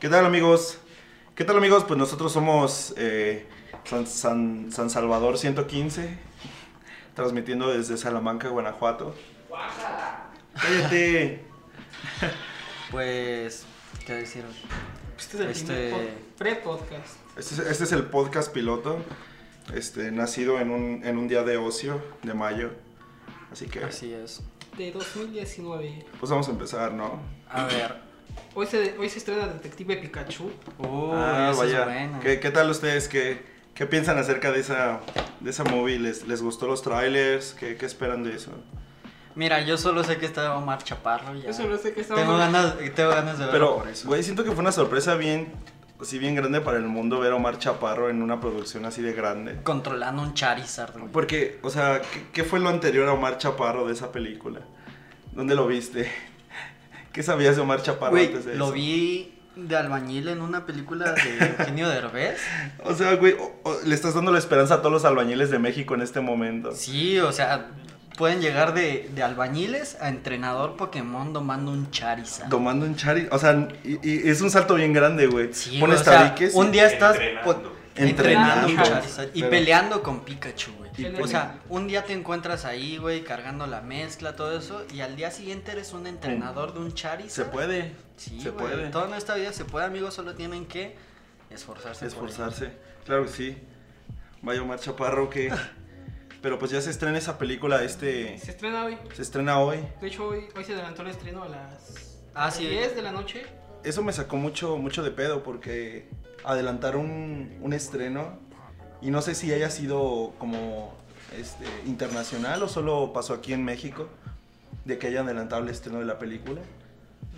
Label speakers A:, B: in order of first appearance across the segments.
A: ¿Qué tal amigos? ¿Qué tal amigos? Pues nosotros somos eh, San, San- San Salvador 115, transmitiendo desde Salamanca, Guanajuato. ¡Cállate!
B: Pues, ¿qué decir?
C: Este es el
B: Este-
C: primer pod- pre-podcast.
A: Este es, este es el podcast piloto, este, nacido en un, en un día de ocio, de mayo. Así que,
B: Así es.
C: de 2019.
A: pues vamos a empezar, ¿no?
B: A ver.
C: Hoy se, hoy se estrena Detective Pikachu.
B: Uh,
A: Ah,
B: esa es buena.
A: ¿Qué, qué tal ustedes? ¿Qué, qué piensan acerca de esa, de esa movie? ¿Les, les gustó los trailers? ¿Qué, qué esperan de eso?
B: Mira, yo solo sé que está Omar Chaparro. Ya.
C: Yo solo sé que estaba-
B: Tengo ganas, tengo ganas de verlo
A: Pero,
B: por eso.
A: güey, siento que fue una sorpresa bien, así bien grande para el mundo ver a Omar Chaparro en una producción así de grande.
B: Controlando un Charizard. güey.
A: Porque, o sea, ¿qué, qué fue lo anterior a Omar Chaparro de esa película? ¿Dónde lo viste? ¿Qué sabías de Omar Chaparro
B: Güey,
A: antes de
B: lo
A: eso?
B: vi de albañil en una película de Eugenio Derbez.
A: O sea, güey, o- o- le estás dando la esperanza a todos los albañiles de México en este momento.
B: Sí, o sea, pueden llegar de, de albañiles a entrenador Pokémon domando un Charizard.
A: Tomando un chari, o sea, y, y es un salto bien grande, güey.
B: Sí,
A: Pones
B: o sea,
A: tabiques y-
B: un día estás
D: Entrenando.
B: po-
A: Entrenando.
B: entrenando un Charizard y
A: Pero-
B: peleando con Pikachu, güey.
A: Y
B: O
C: peleando.
B: sea, un día te encuentras ahí, güey, cargando la mezcla, todo eso, y al día siguiente eres un entrenador de un Charizard.
A: se puede,
B: Sí,
A: se
B: güey,
A: puede.
B: Todo en esta vida se puede, amigos, solo tienen que esforzarse. por
A: Esforzarse, claro que sí. Vaya Omar Chaparro que... Pero pues ya se estrena esa película, este...
C: Se estrena hoy.
A: Se estrena hoy.
C: De hecho, hoy, hoy se adelantó el estreno a las
B: Ah, sí.
C: 10 de la noche.
A: Eso me sacó mucho, mucho de pedo porque adelantar un, un estreno y no sé si haya sido como este, internacional o solo pasó aquí en México de que hayan adelantado el estreno de la película.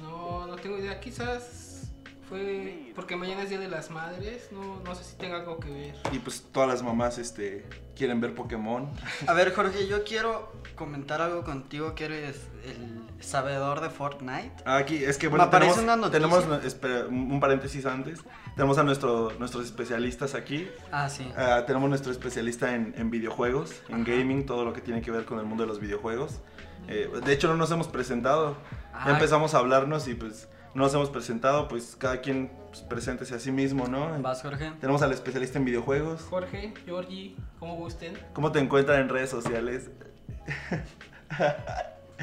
C: No, no tengo idea. Quizás fue porque mañana es Día de las Madres. No, no sé si tenga algo que ver.
A: Y pues todas las mamás este, quieren ver Pokémon.
B: ello. A ver, Jorge, yo quiero comentar algo contigo que eres el sabedor de Fortnite.
A: Ah, Aquí, es que bueno,
B: Me aparece
A: tenemos,
B: una noticia.
A: tenemos no- espera, un un paréntesis antes. Tenemos a nuestro, nuestros especialistas aquí.
B: Ah, sí.
A: Ah, tenemos nuestro especialista en, en videojuegos, en
B: Ajá.
A: gaming, todo lo que tiene que ver con el mundo de los videojuegos. Eh, de hecho, no nos hemos presentado.
B: Ah,
A: Ya empezamos a hablarnos y pues no nos hemos presentado. Pues cada quien pues, preséntese a sí mismo, ¿no?
B: Vas, Jorge.
A: Tenemos al especialista en videojuegos.
C: Jorge, Georgie, como gusten.
A: ¿Cómo te encuentran en redes sociales?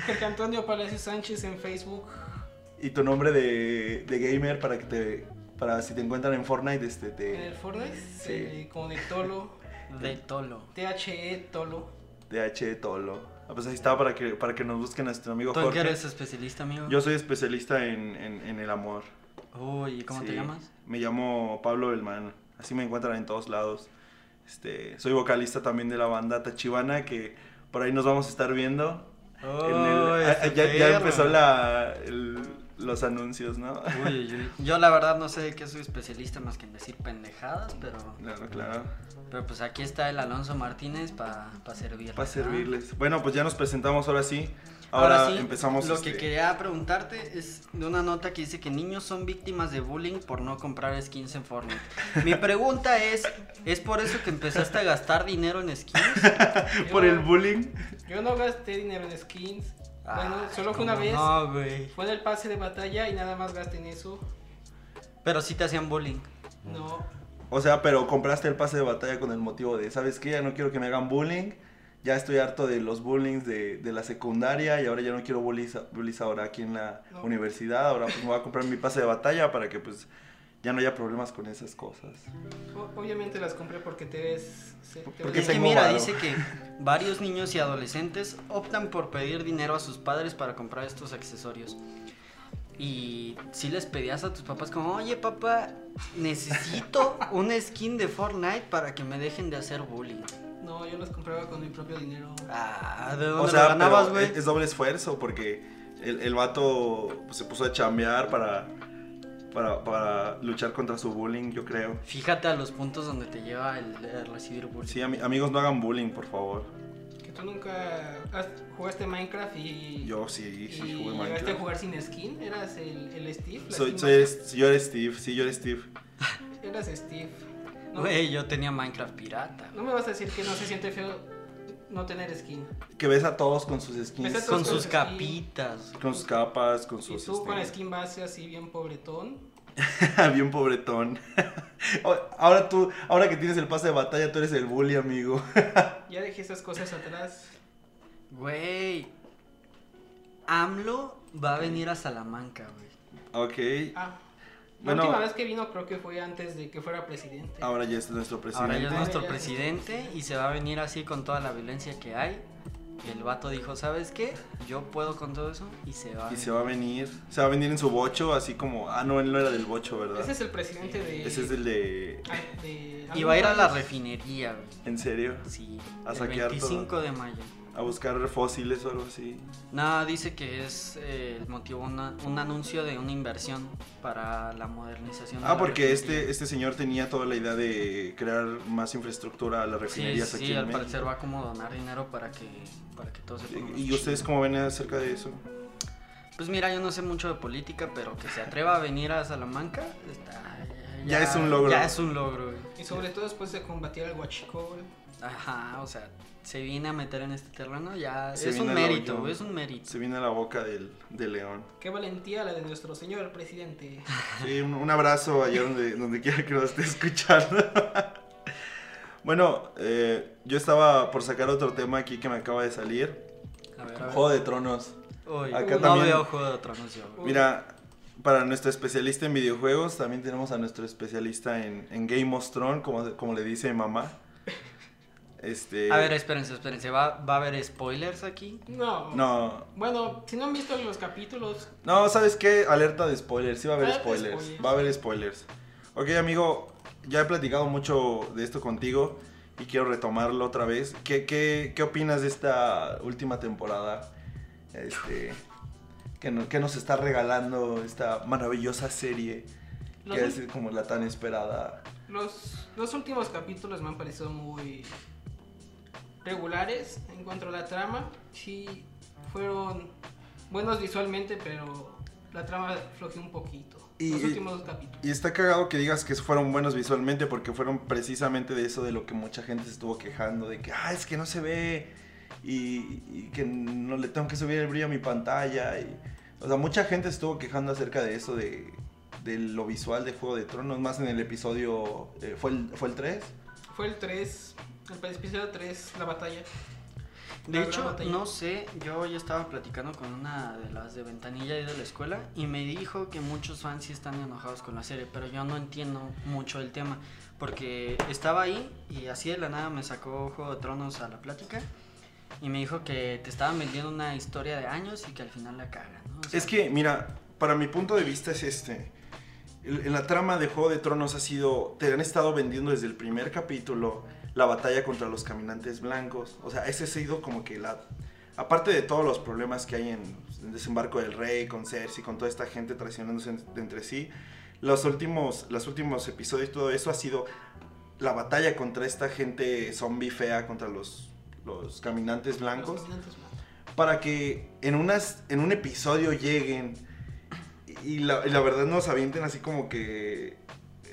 C: Jorge Antonio Palacios Sánchez en Facebook.
A: Y tu nombre de, de gamer para que te. Para si te encuentran en Fortnite, este,
C: En el
A: te.
C: Fortnite.
A: Sí.
C: eh, como de Tolo.
B: De Tolo.
C: THE Tolo.
A: DH Tolo. Ah, pues ahí está para que, para que nos busquen a nuestro amigo
B: ¿Tú en
A: Jorge.
B: qué eres especialista, amigo?
A: Yo soy especialista en, en- en el amor.
B: Uy, ¿cómo te
A: Sí.
B: llamas?
A: Me llamo Pablo Belman. Así me encuentran en todos lados. Este, soy vocalista también de la banda Tachibana, que por ahí nos vamos a estar viendo. En el-
B: Uy,
A: ah,
B: este
A: ya, ya
B: perro.
A: empezó la, el- los anuncios, ¿no?
B: Uy, uy, uy. Yo la verdad no sé de qué soy especialista más que en decir pendejadas, pero,
A: Claro, claro.
B: pero pues aquí está el Alonso Martínez para servirles.
A: Para
B: ¿no?
A: servirles. Bueno, pues ya nos presentamos ahora sí. Ahora, empezamos.
B: Lo
A: este,
B: que quería preguntarte es de una nota que dice que niños son víctimas de bullying por no comprar skins en Fortnite. Mi pregunta es, ¿es por eso que empezaste a gastar dinero en skins?
A: Por el bullying.
C: Yo no gasté dinero en skins.
B: Ah,
C: bueno, solo fue una
B: ¿cómo
C: vez.
B: No, güey.
C: Fue en el pase de batalla y nada más gasté en eso.
B: Pero sí te hacían bullying.
C: No.
A: O sea, pero compraste el pase de batalla con el motivo de, ¿sabes qué? Ya no quiero que me hagan bullying. Ya estoy harto de los bullings de, de la secundaria y ahora ya no quiero bullies, bullies ahora aquí en la
C: No.
A: universidad. Ahora pues me voy a comprar mi pase de batalla para que pues ya no haya problemas con esas cosas.
C: O- obviamente las compré porque te ves. se- te
A: Porque
B: Es
C: ves-
B: que
A: tengo
B: mira,
A: varo.
B: dice que varios niños y adolescentes optan por pedir dinero a sus padres para comprar estos accesorios. Y si les pedías a tus papás como, oye papá, necesito un skin de Fortnite para que me dejen de hacer bullying.
C: No, yo las compraba con mi propio dinero.
B: Ah, ¿de dónde
A: O
B: lo
A: sea,
B: ganabas,
A: pero
B: güey?
A: es, es doble esfuerzo porque el, el vato pues, se puso a chambear para, para, para luchar contra su bullying, yo creo.
B: Fíjate a los puntos donde te lleva el, el recibir bullying.
A: Sí, ami- amigos, no hagan bullying, por favor.
C: Que tú nunca has- jugaste Minecraft y.
A: Yo sí,
C: y
A: sí, jugué
C: llegaste a
A: Minecraft.
B: este
C: jugar sin skin. Eras el, el Steve. la
A: Soy,
C: Steve
A: soy, yo era Steve, sí, yo era Steve.
C: Mac- Eras Steve. No,
B: Güey, yo tenía Minecraft pirata.
C: no me vas a decir que no se siente feo no tener skin.
A: Que ves a todos con sus
C: Ves a
A: skins,
C: todos
B: Con
C: con
B: sus
C: skin.
B: capitas.
A: con sus capas, con
C: Y
A: sus...
C: tú con
A: este,
C: skin base así bien pobretón.
A: Bien pobretón. ahora tú, ahora que tienes el pase de batalla, tú eres el bully, amigo.
C: Ya dejé esas cosas atrás.
B: Güey. AMLO va a venir a Salamanca, güey.
A: Ok.
C: Ah, la
A: Bueno. Ah,
C: última vez que vino creo que fue antes de que fuera presidente.
A: Ahora ya es nuestro
B: Ahora
A: presidente.
B: ya es nuestro
C: Ya, ya.
B: presidente y se va a venir así con toda la violencia que hay. El vato dijo, ¿sabes qué? Yo puedo con todo eso y se va. a
A: Y se
B: venir.
A: va a venir. Se va a venir en su bocho, así como. Ah, no, él no era del bocho, ¿verdad?
C: Ese es el presidente de...
A: Ese es el de.
C: Ah, de-
B: Y va a ir a la refinería, güey.
A: ¿En serio?
B: Sí.
A: A
B: el
A: saquear todo.
B: 25 de mayo.
A: A buscar fósiles o algo así.
B: Nada, dice que es eh, el motivo una- un anuncio de una inversión para la modernización. de
A: Ah,
B: la
A: porque
B: refinería.
A: este, este señor tenía toda la idea de crear más infraestructura a las
B: Sí,
A: refinerías
B: sí,
A: aquí
B: sí,
A: en
B: al
A: México.
B: parecer va como a donar dinero para que, para que todo se ponga
A: ¿Y
B: chido.
A: ustedes cómo ven acerca de eso?
B: Pues mira, yo no sé mucho de política, pero que se atreva a venir a Salamanca está-
A: Ya es un logro.
B: Ya es un logro, güey.
C: Y sobre todo después de combatir al huachicol.
B: Ajá, o sea, se viene a meter en este terreno, ya
A: Se
B: es un
A: viene al
B: mérito,
A: hoyo.
B: güey, es un mérito.
A: Se viene a la boca del, del león.
C: Qué valentía la de nuestro señor presidente.
A: Sí, un, un abrazo allá donde, donde quiera que lo esté escuchando. bueno, eh, yo estaba por sacar otro tema aquí que me acaba de salir.
B: A ver, a ver.
A: Juego de Tronos.
B: Uy,
A: acá
B: no
A: también-
B: veo juego de tronos yo, güey.
A: Mira, para nuestro especialista en videojuegos, también tenemos a nuestro especialista en, en Game of Thrones, como, como le dice mi mamá. Este,
B: A ver, espérense, espérense, ¿va, va a haber spoilers aquí?
C: No.
A: No,
C: Bueno, si no han visto los capítulos,
A: No, ¿sabes qué? Alerta de spoilers. Sí va a haber
C: Alerta de
A: spoilers.
C: spoilers.
A: Va a haber spoilers. Ok, amigo, ya he platicado mucho de esto contigo y quiero retomarlo otra vez. ¿Qué, qué, qué opinas de esta última temporada? Este, ¿qué, no- qué nos está regalando esta maravillosa serie?
C: los,
A: que
C: ul-
A: es como la tan esperada.
C: los, los últimos capítulos me han parecido muy regulares en cuanto a la trama. Sí, fueron buenos visualmente, pero la trama flojeó un poquito.
A: Y-
C: los últimos dos capítulos.
A: Y está cagado que digas que fueron buenos visualmente porque fueron precisamente de eso de lo que mucha gente se estuvo quejando, de que, ah, es que no se ve y, y que no le tengo que subir el brillo a mi pantalla. y- o sea, mucha gente estuvo quejando acerca de eso, de, de lo visual de Juego de Tronos, más en el episodio, eh, ¿fue, el, ¿fue el 3?
C: Fue el 3, el episodio 3, la batalla.
B: De
C: La
B: hecho,
C: gran batalla.
B: no sé, yo ya estaba platicando con una de las de ventanilla ahí de la escuela y me dijo que muchos fans sí están enojados con la serie, pero yo no entiendo mucho el tema, porque estaba ahí y así de la nada me sacó Juego de Tronos a la plática y me dijo que te estaban vendiendo una historia de años y que al final la cagan, ¿no? O sea,
A: Es que, mira, para mi punto de vista es este. El- En la trama de Juego de Tronos ha sido, te han estado vendiendo desde el primer capítulo la batalla contra los caminantes blancos. O sea, ese ha sido como que la... Aparte de todos los problemas que hay en el desembarco del rey, con Cersei, con toda esta gente traicionándose en- entre sí, los últimos, los últimos episodios y todo eso ha sido la batalla contra esta gente zombie fea, contra los, los caminantes
C: Los
A: blancos
C: caminantes blancos.
A: para que en, unas, en un episodio lleguen y la, y la verdad nos avienten así como que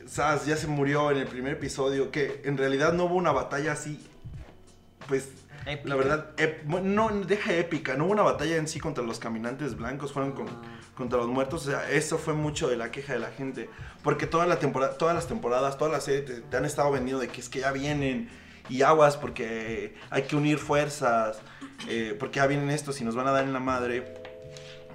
A: Sas ya se murió en el primer episodio, que en realidad no hubo una batalla así, pues
B: épica.
A: la verdad, ep- no, deja épica, no hubo una batalla en sí contra los caminantes blancos, fueron con,
B: Ah,
A: contra los muertos, o sea, eso fue mucho de la queja de la gente, porque toda la temporada, todas las temporadas, toda la serie te, te han estado vendiendo de que es que ya vienen y aguas porque hay que unir fuerzas, eh, porque ya vienen estos y nos van a dar en la madre,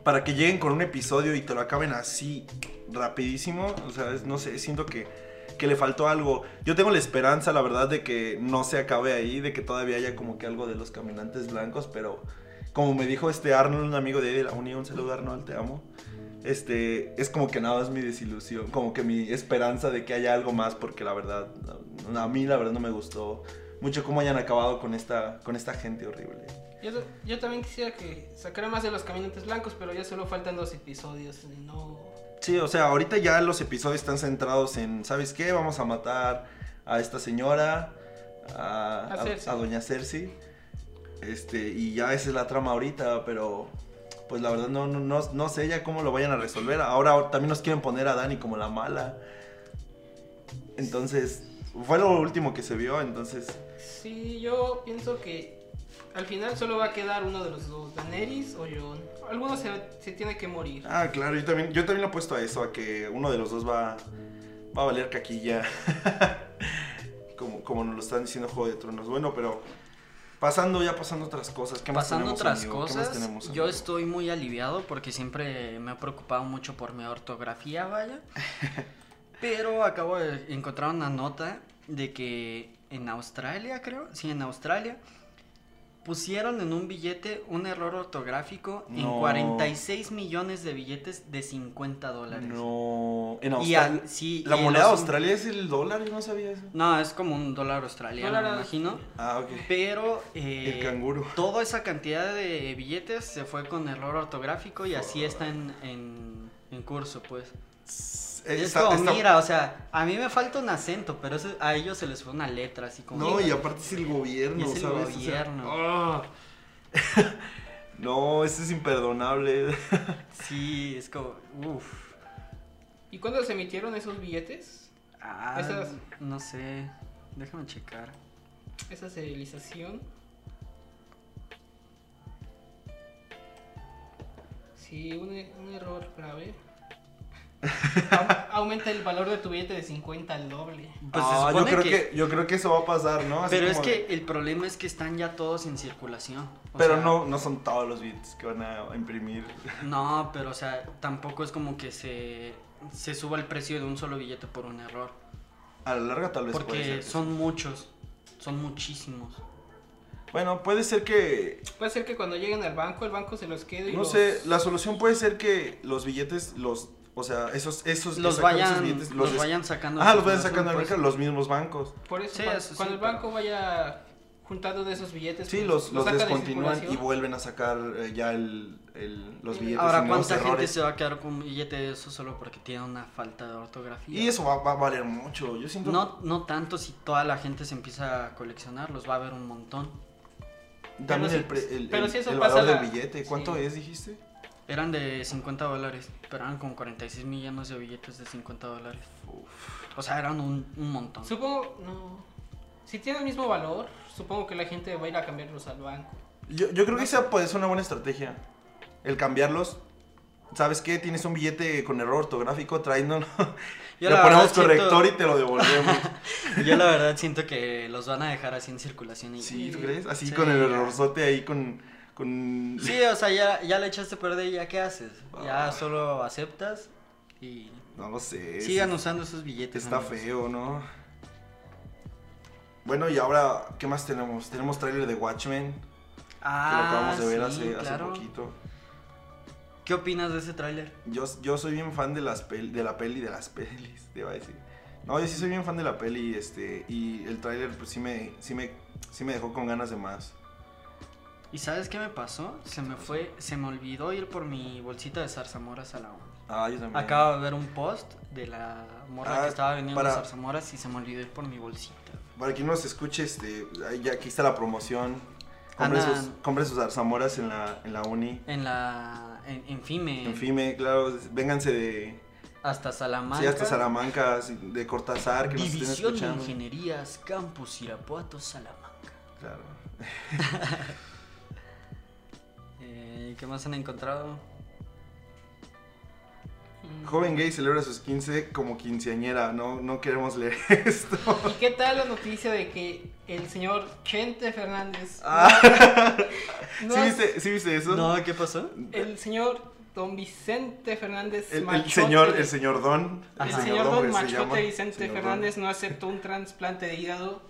A: para que lleguen con un episodio y te lo acaben así rapidísimo, o sea, es- no sé, siento que que le faltó algo. Yo tengo la esperanza, la verdad, de que no se acabe ahí, de que todavía haya como que algo de los caminantes blancos, pero como me dijo este Arnold, un amigo de ahí de la Unión, un saludo Arnold, te amo. Este, es como que nada es mi desilusión, como que mi esperanza de que haya algo más, porque la verdad, a mí la verdad no me gustó mucho cómo hayan acabado con esta, con esta gente horrible.
C: Yo, yo también quisiera que sacara más de los caminantes blancos, pero ya solo faltan dos episodios. y No.
A: Sí, o sea, ahorita ya los episodios están centrados en, ¿sabes qué? Vamos a matar a esta señora, a,
C: A
A: a-
C: Cersei.
A: a doña Cersei. Este, y ya esa es la trama ahorita, pero pues la verdad no, no, no, no sé ya cómo lo vayan a resolver. Ahora también nos quieren poner a Dani como la mala. Entonces, fue lo último que se vio, entonces...
C: Sí, yo pienso que al final solo va a quedar uno de los dos, Daenerys o Jon. Alguno se, se tiene que morir.
A: Ah, claro, yo también, yo también apuesto a eso, a que uno de los dos va, va a valer caquilla. como, como nos lo están diciendo Juego de Tronos. Bueno, pero pasando ya pasando otras cosas. ¿Qué más
B: Pasando
A: tenemos,
B: otras
A: amigo? ¿Qué más
B: cosas,
A: tenemos,
B: yo
A: amigo?
B: estoy muy aliviado porque siempre me he preocupado mucho por mi ortografía, vaya. Pero acabo de encontrar una nota de que en Australia, creo, sí, en Australia, pusieron en un billete un error ortográfico en
A: No.
B: 46 millones de billetes de 50 dólares.
A: No, en
B: Y
A: Australia.
B: al- sí,
A: La
B: y en
A: moneda de
B: los-
A: Australia es el dólar, yo no sabía eso.
B: No, es como un dólar australiano,
C: Dólar-
B: me imagino.
A: Ah, ok.
B: Pero eh,
A: El canguro.
B: toda esa cantidad de billetes se fue con error ortográfico y así está en, en- en curso, pues.
A: Eh,
B: es
A: está-
B: como,
A: está-
B: mira, o sea, a mí me falta un acento, pero eso- a ellos se les fue una letra, así como...
A: No, y aparte es el
B: Y
A: gobierno,
B: es el
A: ¿sabes? O sea,
B: gobierno.
A: ah. no, esto es imperdonable. Pues
B: Sí, es como, uff.
C: ¿Y cuándo se emitieron esos billetes?
B: Ah,
C: Esas-
B: no sé, déjame checar.
C: Esa serialización. Sí, un, e- un error grave. Au- aumenta el valor de tu billete de 50 al doble.
B: Pues
A: Ah,
B: se
A: yo
B: supone
A: creo
B: que...
A: que... yo creo que eso va a pasar, ¿no? Así
B: Pero es
A: como-
B: que el problema es que están ya todos en circulación. o
A: pero
B: sea,
A: no, no son todos los bits que van a imprimir.
B: No, pero o sea, tampoco es como que se, se suba el precio de un solo billete por un error.
A: A la larga tal vez puede ser
B: Porque
A: que
B: son muchos, son muchísimos.
A: sí. Bueno, puede ser que
C: Puede ser que cuando lleguen al banco, el banco se los quede y
A: no
C: los-
A: sé, la solución puede ser que los billetes los o sea, esos esos exactamente
B: Los
A: esos
B: vayan,
A: billetes,
B: los
A: des-
B: vayan sacando.
A: Ah,
B: de
A: los vayan
B: circulación,
A: sacando al
B: pues.
A: mercado los mismos bancos.
C: Por eso,
B: Sí,
C: cuan-
B: eso sí,
C: cuando el
B: pero-
C: banco vaya juntando de esos billetes,
A: Sí,
C: pues,
A: los, los
C: saca de
A: descontinúan y
C: circulación.
A: vuelven a sacar eh, ya el, el- los
C: Y-
A: billetes.
B: Ahora,
A: sin nuevos
B: ¿cuánta gente
A: errores.
B: se va a quedar con un billete de eso solo porque tiene una falta de ortografía?
A: Y eso va, va a valer mucho. Yo siento.
B: No, no tanto si toda la gente se empieza a coleccionarlos, va a haber un montón.
A: También
C: Pero
A: el,
C: si-
A: pre- el-
C: pero
A: el-
C: si eso
A: el
C: pasa
A: valor
C: la-
A: del billete. ¿Cuánto
C: sí.
A: es, dijiste?
B: Eran de 50 dólares, pero eran como 46 millones de billetes de 50 dólares. O sea, eran un, un montón.
C: Supongo, no. Si tiene el mismo valor, supongo que la gente va a ir a cambiarlos al banco.
A: Yo, yo creo que esa puede ser una buena estrategia. El cambiarlos. ¿Sabes qué? Tienes un billete con error ortográfico, tráenos.
B: Yo
A: le
B: la
A: ponemos
B: verdad siento-
A: corrector y te lo devolvemos.
B: Yo la verdad siento que los van a dejar así en circulación. Y...
A: sí, ¿tú crees? Así
B: Sí.
A: con el errorzote ahí con. con...
B: Sí, o sea, ya, ya le echaste a perder y ya qué haces. Ya
A: Ah.
B: solo aceptas y
A: No lo sé.
B: sigan usando esos billetes.
A: Está
B: amigos.
A: feo, ¿no? Bueno, y ahora, ¿qué más tenemos? Tenemos tráiler de Watchmen. Que lo
B: Ah,
A: acabamos de ver
B: sí,
A: hace, hace
B: claro.
A: poquito.
B: ¿Qué opinas de ese tráiler?
A: Yo, yo soy bien fan de las pel- de la peli de las pelis, te iba a decir. No, yo sí soy bien fan de la peli este y el tráiler pues sí me sí me sí me dejó con ganas de más.
B: ¿Y sabes qué me pasó? Se me fue, se me olvidó ir por mi bolsita de zarzamoras a la ONU.
A: Ah, yo también.
B: Acabo de ver un post de la morra
A: Ah,
B: que estaba vendiendo
A: para-
B: zarzamoras y se me olvidó ir por mi bolsita.
A: Para quien nos escuche, este ahí ya aquí está la promoción. Compre
B: Ana-
A: sus compre sus zarzamoras en la en la uni.
B: En la. En, en Fime.
A: En FIME, claro, vénganse de
B: Hasta Salamanca.
A: sí, hasta Salamanca, sí, de Cortázar, que nos estén
B: División de
A: escuchando.
B: Ingenierías, Campus Irapuato, Salamanca.
A: Claro.
B: Eh, ¿Qué más han encontrado?
C: Mm.
A: Joven gay celebra sus 15 como quinceañera, no no queremos leer esto.
C: ¿Y qué tal la noticia de que el señor Chente Fernández, no
A: Ah, ¿Sí
C: ha-
A: viste, sí viste eso?
B: No, ¿qué pasó?
C: el señor Don Vicente Fernández
A: El, el
C: Machote,
A: señor, el señor Don.
B: Ajá.
C: el
B: señor
C: señor
A: Don,
C: Don
A: pues, se llama.
C: Machote Vicente
A: Señor Don.
C: Fernández no aceptó un trasplante de hígado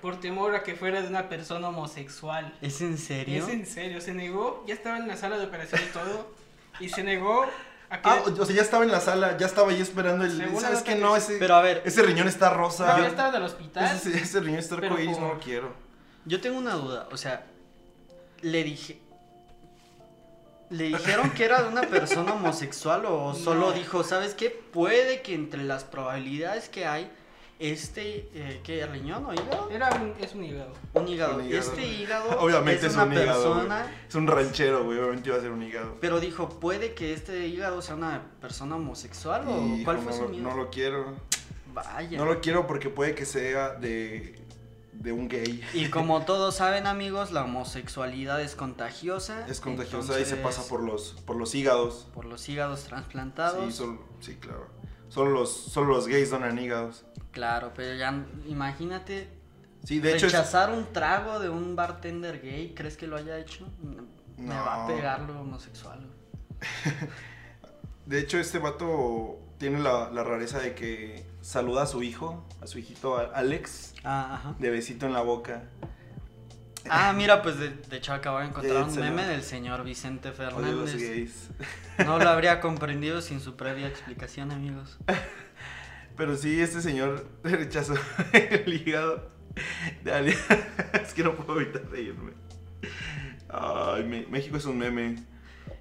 C: por temor a que fuera de una persona homosexual.
B: ¿Es en serio?
C: Es en serio, se negó, ya estaba en la sala de operación y todo, y se negó a que...
A: Ah, o o sea, ya estaba en la sala, ya estaba ahí esperando el.
C: Según
A: ¿Sabes
C: la
A: qué?
C: nota
A: No,
C: que-
A: ese,
B: Pero a ver,
A: ese riñón está
C: No,
A: rosa.
C: ya estaba en el hospital.
A: ese, ese riñón está
C: Pero
A: arcoíris, no
C: por-
A: lo quiero.
B: yo tengo una duda. O sea, le dije. ¿Le dijeron que era de una persona homosexual o solo
C: No.
B: dijo, ¿sabes qué? Puede que entre las probabilidades que hay, este, eh, ¿qué? ¿Riñón o hígado?
C: Era un- es un hígado.
B: Un hígado.
A: Un hígado.
B: Este hígado
A: Obviamente es,
B: una
A: un hígado. güey.
B: persona
A: Es un ranchero, güey. Obviamente iba a ser un hígado.
B: Pero dijo, ¿puede que este hígado sea una persona homosexual o
A: Hijo,
B: cuál fue
A: no,
B: su
A: lo-
B: miedo?
A: no lo quiero.
B: Vaya.
A: No lo quiero porque puede que sea de. de un gay.
B: Y como todos saben, amigos, la homosexualidad es contagiosa.
A: Es contagiosa y se
B: entonces,
A: pasa por los, por los hígados.
B: por los hígados trasplantados.
A: Sí, son- sí, claro. Solo los, solo los gays donan hígados.
B: Claro, pero ya n- imagínate
A: Sí, de hecho. es-
B: rechazar un trago de un bartender gay, ¿crees que lo haya hecho? Me va a
A: No.
B: pegar lo homosexual. güey.
A: De hecho, este vato tiene la, la rareza de que saluda a su hijo, a su hijito a- Alex,
B: Ah, ajá.
A: de besito en la boca.
B: Ah, mira, pues de, de hecho acabo de encontrar
A: Del
B: un
A: señor.
B: meme del señor Vicente
A: Odio a los
B: Fernández.
A: gays.
B: No lo habría comprendido sin su previa explicación, amigos.
A: Pero sí, este señor rechazó el hígado de alguien. Es que no puedo evitar reírme. Ay, me- México es un meme.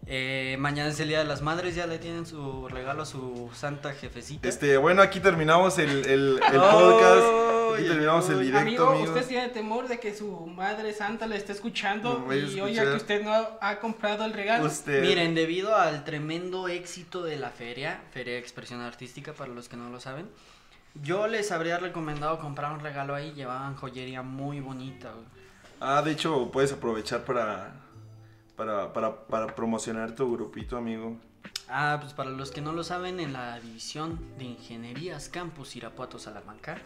B: Eh, mañana es el Día de las Madres, ya le tienen su regalo a su santa jefecita.
A: Este, bueno, aquí terminamos el, el- el
B: Oh,
A: podcast. Aquí terminamos el
B: oh,
A: directo,
C: Amigo,
A: amigos.
C: usted tiene temor de que su madre santa le esté escuchando
A: No vaya a
C: y oiga
A: escuchar.
C: que usted no ha, ha comprado el regalo.
A: Usted-
B: Miren, debido al tremendo éxito de la feria, Feria de Expresión Artística, para los que no lo saben, yo les habría recomendado comprar un regalo ahí, llevaban joyería muy bonita. güey.
A: Ah, de hecho, puedes aprovechar para, para, para, para promocionar tu grupito, amigo.
B: Ah, pues para los que no lo saben, en la división de Ingenierías Campus Irapuato Salamanca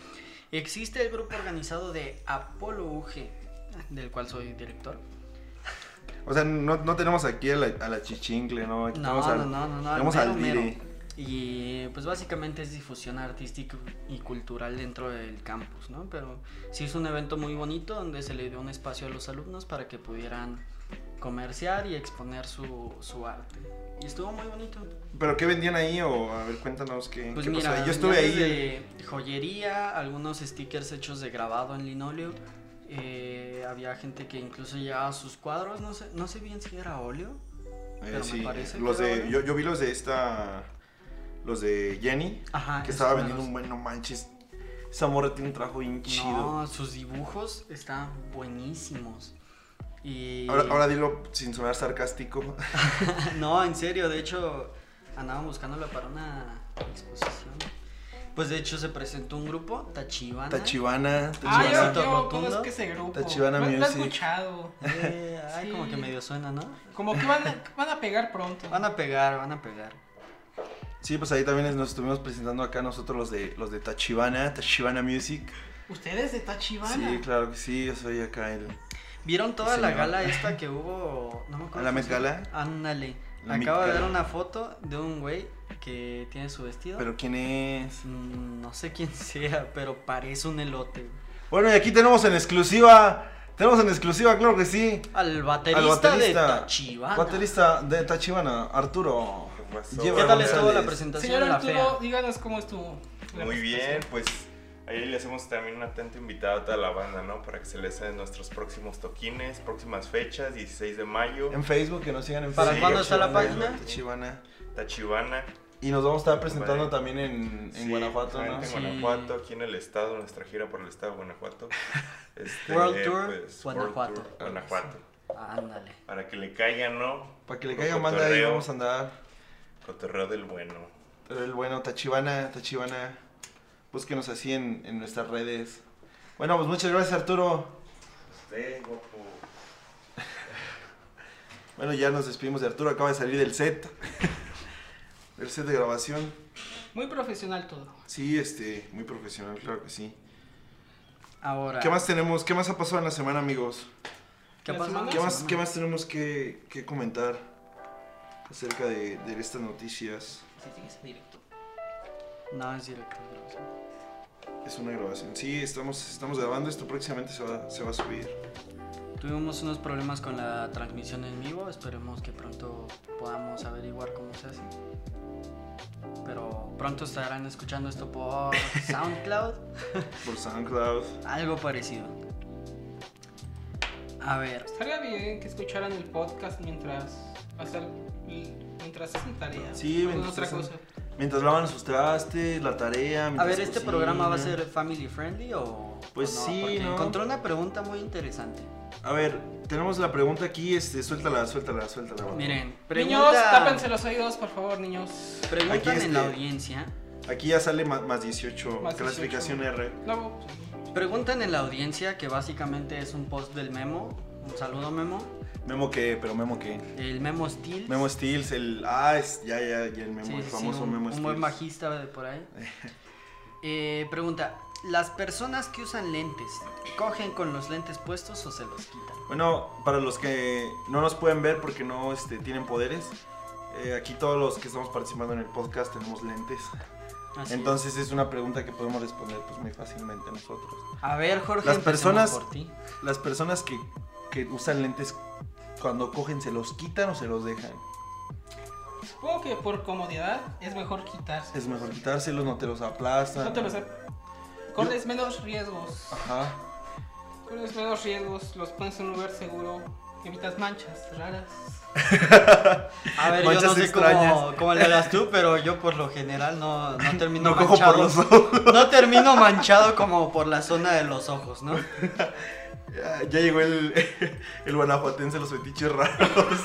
B: existe el grupo organizado de Apolo UG, del cual soy director.
A: O sea, no, no tenemos aquí a la, a la chichincle, ¿no? Aquí
B: No,
A: tenemos
B: no,
A: al-
B: no, no, no, al
A: tenemos al
B: mero,
A: dire.
B: mero. Y pues básicamente es difusión artística y cultural dentro del campus, ¿no? Pero sí es un evento muy bonito donde se le dio un espacio a los alumnos para que pudieran comerciar y exponer su, su arte. Y estuvo muy bonito.
A: ¿Pero qué vendían ahí? O a ver, cuéntanos qué,
B: Pues
A: qué pasó
B: mira,
A: ahí. Yo estuve ahí. eh,
B: vendían desde joyería, algunos stickers hechos de grabado en linóleo. eh, había gente que incluso llevaba sus cuadros, no sé, no sé bien si era óleo.
A: Eh,
B: pero me
A: sí,
B: parece
A: los
B: que era
A: de,
B: bueno.
A: yo, yo vi los de esta, los de Jenny,
B: Ajá.
A: que
B: Ah, esos
A: estaba
B: fueron
A: vendiendo
B: los-
A: un buen, no manches, esa morra tiene un trabajo bien chido.
B: No, sus dibujos están buenísimos. Y...
A: Ahora, ahora dilo sin sonar sarcástico.
B: no, en serio, de hecho, andaban buscándola para una exposición. Pues de hecho se presentó un grupo, Tachibana.
A: Tachibana,
C: Ah,
A: Tachibana.
C: yo,
B: Tachibana.
C: yo conozco
B: Rotundo.
C: ese grupo.
A: Tachibana
C: lo, lo he
A: Music.
C: escuchado.
B: Eh, ay,
C: Sí.
B: como que medio suena, ¿no?
C: Como que van a, van a pegar pronto.
B: Van a pegar, van a pegar.
A: Sí, pues ahí también nos estuvimos presentando acá nosotros los de los de Tachibana, Tachibana Music.
C: Ustedes de Tachibana.
A: Sí, claro que sí, yo soy acá el
B: ¿Vieron toda la
A: Señor.
B: gala esta que hubo? No me acuerdo.
A: ¿La
B: cómo
A: Met
B: se llama?
A: Gala?
B: Ándale.
A: La Met
B: Acabo de ver
A: Gala.
B: una foto de un güey que tiene su vestido.
A: Pero quién es?
B: Mm, No sé quién sea, pero parece un elote. güey.
A: Bueno, y aquí tenemos en exclusiva, tenemos en exclusiva, claro que sí.
B: Al baterista,
A: Al baterista,
B: de Tachibana.
A: baterista de Tachibana, Arturo.
D: pasó?
A: Lleva
B: ¿Qué tal
A: González.
B: estuvo la presentación
C: Señor
B: de la
C: Arturo,
B: fea?
C: díganos cómo estuvo. la
D: Muy bien,
C: presentación.
D: pues ahí le hacemos también una atenta invitada a toda la banda, ¿no? Para que se les den nuestros próximos toquines, próximas fechas, 16 de mayo,
A: En Facebook, que nos sigan en
B: ¿Para
A: Facebook.
D: cuándo está
B: la
A: Tachibana,
B: página?
A: Tachibana.
D: Tachibana.
A: Y nos vamos a estar presentando
D: Vale.
A: también en, en
D: Sí,
A: Guanajuato, ¿no?
D: exactamente,
B: Sí.
D: En Guanajuato, aquí en el estado, nuestra gira por el estado de Guanajuato. Este,
B: World Tour, Guanajuato.
D: Tour, Guanajuato.
B: Ándale.
D: Para que le caigan, ¿no?
A: Para que le
D: Puro
A: caiga manda ahí
D: cotorreo,
A: vamos a andar.
D: Cotorreo del bueno.
A: Pero el bueno, Tachibana, Tachibana. Búsquenos así en, en nuestras redes. Bueno, pues muchas gracias Arturo.
D: Usted, guapo.
A: Bueno, ya nos despedimos de Arturo, acaba de salir del set. del set de grabación.
C: Muy profesional todo.
A: Sí, este, muy profesional, claro que sí.
B: Ahora.
A: ¿Qué más tenemos? ¿Qué más ha pasado en la semana, amigos?
B: ¿Qué
C: La
B: pasó
C: semana-
B: en la
A: ¿Qué más,
B: semana?
A: qué más tenemos que, que comentar acerca de, de estas noticias?
C: Si sigues en directo.
B: No, es directo. no sé.
A: Es una grabación. Sí, estamos, estamos grabando, esto próximamente se va, se va a subir.
B: Tuvimos unos problemas con la transmisión en vivo. Esperemos que pronto podamos averiguar cómo se hace. Pero pronto estarán escuchando esto por SoundCloud.
A: Por SoundCloud.
B: Algo parecido. A ver.
C: Estaría bien que escucharan el podcast mientras hacen, mientras hacen tarea.
A: Sí,
C: o
A: mientras
C: otra
A: hacen-
C: cosa.
A: Mientras lavan sus trastes, la tarea.
B: A
A: mientras
B: ver, ¿este
A: cocinan.
B: programa va a ser family friendly o.?
A: Pues
B: o
A: sí,
B: Porque
A: ¿no?
B: Encontré una pregunta muy interesante.
A: A ver, tenemos la pregunta aquí, este, suéltala, suéltala, suéltala. vato.
B: Miren,
C: Niños,
B: pregunta-
C: tápense los oídos, por favor, niños.
B: Preguntan
A: Aquí este-
B: en la audiencia.
A: Aquí ya sale más, más 18,
C: Más
A: clasificación R.
C: No,
B: Preguntan en la audiencia, que básicamente es un post del Memo. Un saludo, Memo.
A: Memo qué, pero Memo qué.
B: El Memo Steel.
A: Memo Steels, el. Ah, es- ya, ya, ya, el Memo,
B: Sí,
A: el
B: sí,
A: famoso
B: un,
A: Memo
B: un
A: Steels.
B: buen bajista de por ahí. Eh, pregunta, ¿las personas que usan lentes cogen con los lentes puestos o se los quitan?
A: Bueno, para los que no nos pueden ver porque no este, tienen poderes, eh, aquí todos los que estamos participando en el podcast tenemos lentes.
B: Así
A: Entonces es una pregunta que podemos responder pues muy fácilmente nosotros.
B: es. A ver, Jorge,
A: las
B: empecemos
A: personas-
B: por ti.
A: Las personas que, que usan lentes cuando cogen, ¿se los quitan o se los dejan?
C: Supongo que por comodidad es mejor quitarse.
A: Es mejor quitárselos, no te los aplastan.
C: No te lo sé. Corres menos riesgos.
A: Ajá.
C: Corres menos riesgos, los pones en un lugar seguro. Evitas manchas raras.
B: A ver, yo
A: Manchas
B: no sé cómo,
A: extrañas.
B: cómo le hagas tú, pero yo por lo general no, no termino
A: No cojo
B: manchado.
A: por los ojos.
B: No termino manchado como por la zona de los ojos, ¿no?
A: Ya, ya llegó el, el guanajuatense, los fetiches raros.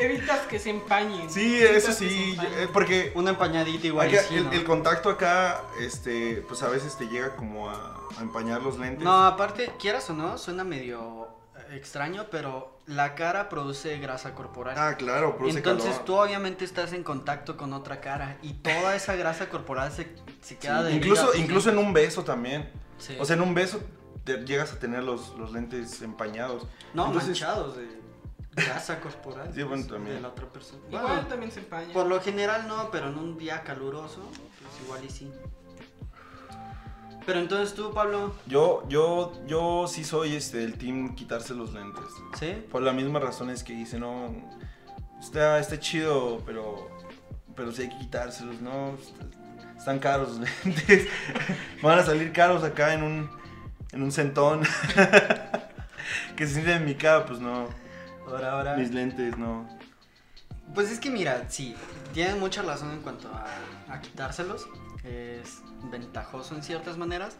C: Evitas que se empañen.
A: Sí,
C: Evitas
A: eso sí,
C: que se empañen.
A: eh, porque
B: Una empañadita igual.
A: Hay que-
B: y sí,
A: el,
B: ¿no?
A: el contacto acá, este, pues a veces te llega como a, a empañar los lentes.
B: No, aparte, quieras o no, suena medio eh, extraño, pero la cara produce grasa corporal.
A: Ah, claro, produce
B: Entonces
A: calor.
B: tú obviamente estás en contacto con otra cara y toda esa grasa corporal se, se queda de
A: Incluso, incluso en un beso también. O sea, en un beso te llegas a tener los, los lentes empañados.
B: no
A: entonces-
B: manchados de grasa corporal
A: Sí, bueno,
B: pues,
A: también.
B: de la otra persona.
C: Igual
B: Bueno,
C: también se empaña.
B: por lo general no, pero en un día caluroso pues igual y sí. Pero entonces tú, Pablo,
A: Yo, yo, yo sí soy este, el team quitarse los lentes.
B: ¿sí?
A: Por las mismas razones que dice, no, está, está chido, pero, pero sí hay que quitárselos, ¿no? Está- Están caros los lentes. Van a salir caros acá en un, en un centón. que se sienten en mi cara, pues no.
B: Ahora, ahora.
A: Mis lentes, no.
B: Pues es que mira, sí, tienen mucha razón en cuanto a, a quitárselos. Es ventajoso en ciertas maneras.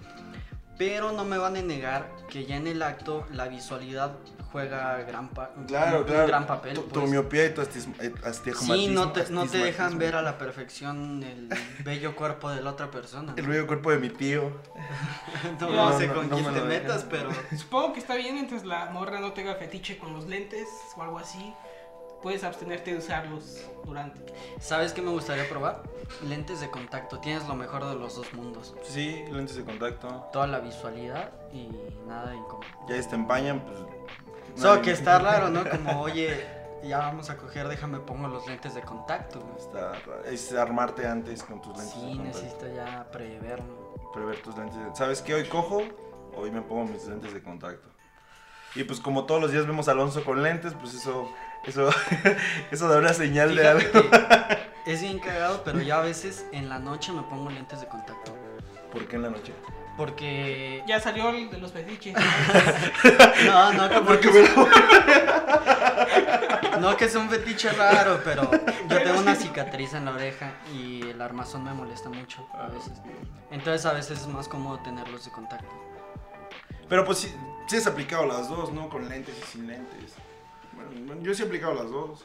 B: Pero no me van a negar que ya en el acto la visualidad juega gran, pa- un- un gran papel.
A: Tu, tu
B: pues.
A: miopía y tu astis- eh, astigmatismo.
B: Sí, no te, no te dejan
A: astigmatismo.
B: ver a la perfección el bello cuerpo de la otra persona.
A: El
B: No,
A: bello cuerpo de mi tío.
B: No
A: No,
B: sé
A: no,
B: con
A: no
B: quién
A: me
B: te
A: lo dejan.
B: metas, pero...
C: Supongo que está bien mientras la morra no tenga fetiche con los lentes o algo así. Puedes abstenerte de usarlos durante.
B: ¿Sabes qué me gustaría probar? Lentes de contacto. Tienes lo mejor de los dos mundos.
A: Sí, lentes de contacto.
B: Toda la visualidad y nada de incómodo.
A: Ya si te empañan, pues.
B: So,
A: nadie-
B: que está raro, ¿no? Como, oye, ya vamos a coger, déjame pongo los lentes de contacto. güey.
A: Está raro. Es armarte antes con tus lentes. de
B: Sí,
A: contacto.
B: necesito ya preverlo.
A: prever tus lentes. de- ¿Sabes qué? Hoy cojo, hoy me pongo mis lentes de contacto. Y pues como todos los días vemos a Alonso con lentes, pues eso, eso, eso da una señal de algo.
B: es bien cagado, pero yo a veces en la noche me pongo lentes de contacto.
A: ¿Por qué en la noche?
B: Porque...
C: Ya salió el de los fetiches.
B: No, no, como
A: Porque
B: que,
A: me lo-
B: no que es un fetiche raro, pero yo tengo una cicatriz en la oreja y el armazón me molesta mucho a veces. Entonces a veces es más cómodo tenerlos de contacto.
A: Pero pues sí, sí has aplicado las dos, ¿no? Con lentes y sin lentes. Bueno, bueno, yo sí he aplicado las dos.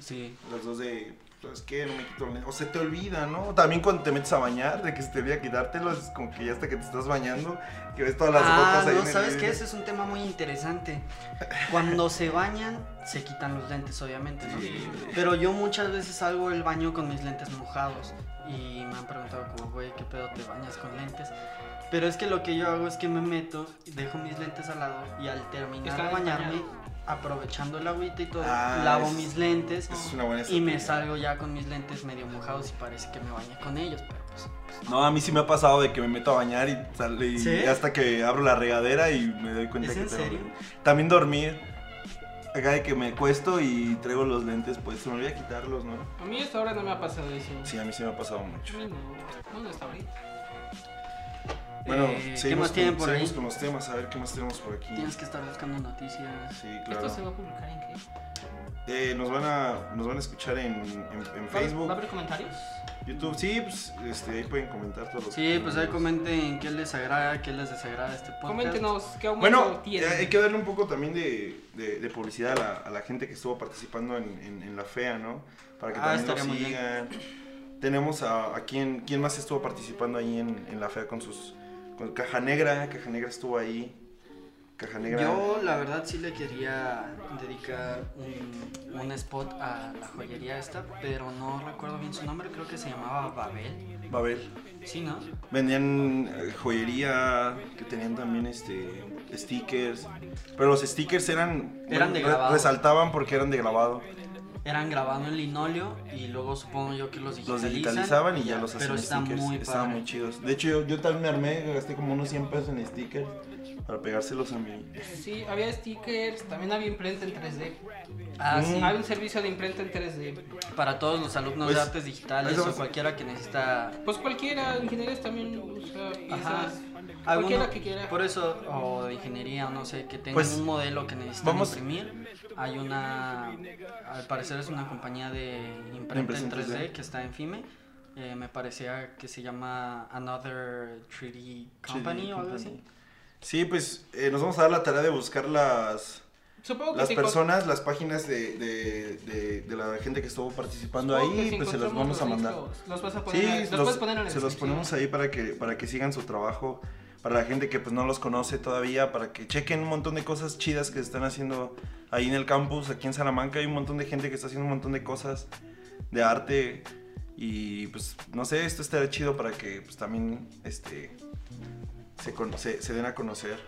B: Sí.
A: Las dos de, ¿sabes qué? No me quito los lentes. O se te olvida, ¿no? También cuando te metes a bañar, de que se te olvida quitártelos, es como que ya hasta que te estás bañando, que ves todas las
B: ah,
A: gotas ahí.
B: no,
A: en el-
B: ¿sabes qué? Ese es un tema muy interesante. Cuando se bañan, se quitan los lentes, obviamente, ¿no?
A: Sí.
B: Pero yo muchas veces salgo del baño con mis lentes mojados y me han preguntado como, güey, ¿qué pedo te bañas con lentes? Pero es que lo que yo hago es que me meto, dejo mis lentes al lado y al terminar
C: Están
B: de bañarme,
C: empañados.
B: aprovechando el agüita y todo,
A: Ah,
B: lavo
A: es-
B: mis lentes
A: Esa es una buena
B: y me
A: estrategia.
B: salgo ya con mis lentes medio mojados y parece que me bañé con ellos, pero pues...
A: No, a mí sí me ha pasado de que me meto a bañar y sale y
B: ¿Sí?
A: hasta que abro la regadera y me doy cuenta
B: ¿Es
A: que
B: en
A: tengo
B: serio?
A: lentes. También dormir. Acá de que me cuesto y traigo los lentes, pues se me olvida quitarlos, ¿no?
C: A mí hasta ahora no me ha pasado eso.
A: Sí, a mí sí me ha pasado
C: A
A: mucho.
C: mí no. No, no está ahorita.
A: Bueno,
B: Eh, ¿qué
A: seguimos,
B: más tienen
A: con,
B: por ahí?
A: seguimos con los temas, a ver qué más tenemos por aquí.
B: Tienes que estar buscando noticias.
A: Sí, claro.
C: ¿Esto se va a publicar en qué?
A: Eh, nos, van a, nos van a escuchar en, en- en
C: ¿Va- ¿Va a
A: Facebook,
C: haber comentarios?
A: YouTube. Sí, pues este, ahí pueden comentar todo lo
B: Sí,
A: que
B: pues ahí
A: quieran.
B: comenten qué les agrada, qué les desagrada este podcast.
C: Coméntenos qué aumento
A: Bueno, eh,
C: tienen.
A: hay que darle un poco también de, de- de publicidad a la, a la gente que estuvo participando en, en- en la FEA, ¿no? Para que
B: Ah,
A: también
B: estaría
A: nos
B: muy bien.
A: sigan. Tenemos a, a quien, quien más estuvo participando ahí en, en la FEA con sus, Con Caja Negra, Caja Negra estuvo ahí. Caja Negra.
B: Yo la verdad sí le quería dedicar un, un spot a la joyería esta, pero no recuerdo bien su nombre, creo que se llamaba Babel.
A: Babel.
B: Sí, ¿no?
A: Vendían eh, joyería, que tenían también este stickers. Pero los stickers eran.
B: Eran de
A: re-
B: grabado.
A: Resaltaban porque eran de grabado.
B: Eran grabado en linóleo y luego supongo yo que los
A: Los
B: digitalizan.
A: digitalizaban y ya los
B: Pero
A: hacían
B: está
A: stickers.
B: muy
A: Estaban
B: padre.
A: muy chidos. De hecho, yo, yo también me armé, gasté como unos 100 pesos en stickers para pegárselos a mí.
C: Sí, había stickers, también había imprenta en 3D.
B: Ah, sí.
C: Había un servicio de imprenta en 3D.
B: Para todos los alumnos
A: Pues,
B: de artes digitales
A: eso
B: o
A: es-
B: cualquiera que necesita
C: Pues cualquiera, ingenieros también usa
B: Ajá.
C: piezas.
B: Alguno,
C: Cualquiera que quiera.
B: por eso, o de ingeniería, o no sé, que tengan
A: Pues,
B: un modelo que necesitan
A: vamos-
B: imprimir. Hay una, al parecer es una compañía de imprenta en
A: Impresión 3D.
B: 3D que está en FIME. eh, me parecía que se llama Another 3D Company o algo así.
A: Sí, pues eh, nos vamos a dar la tarea de buscar las,
C: Supongo que
A: las
C: si encont-
A: personas, las páginas de, de- de- de la gente que estuvo participando
C: supongo que
A: ahí,
C: si
A: pues se las
C: encontramos
A: vamos a
C: los
A: mandar.
C: discos, Los vas a poner,
A: Sí,
C: ahí- los,
A: los-
C: puedes poner en la
A: se los
C: descripción.
A: ponemos ahí para que, para que sigan su trabajo, para la gente que pues no los conoce todavía, para que chequen un montón de cosas chidas que se están haciendo ahí en el campus, aquí en Salamanca hay un montón de gente que está haciendo un montón de cosas de arte y pues no sé, esto estará chido para que pues también este, se, con- se- se den a conocer.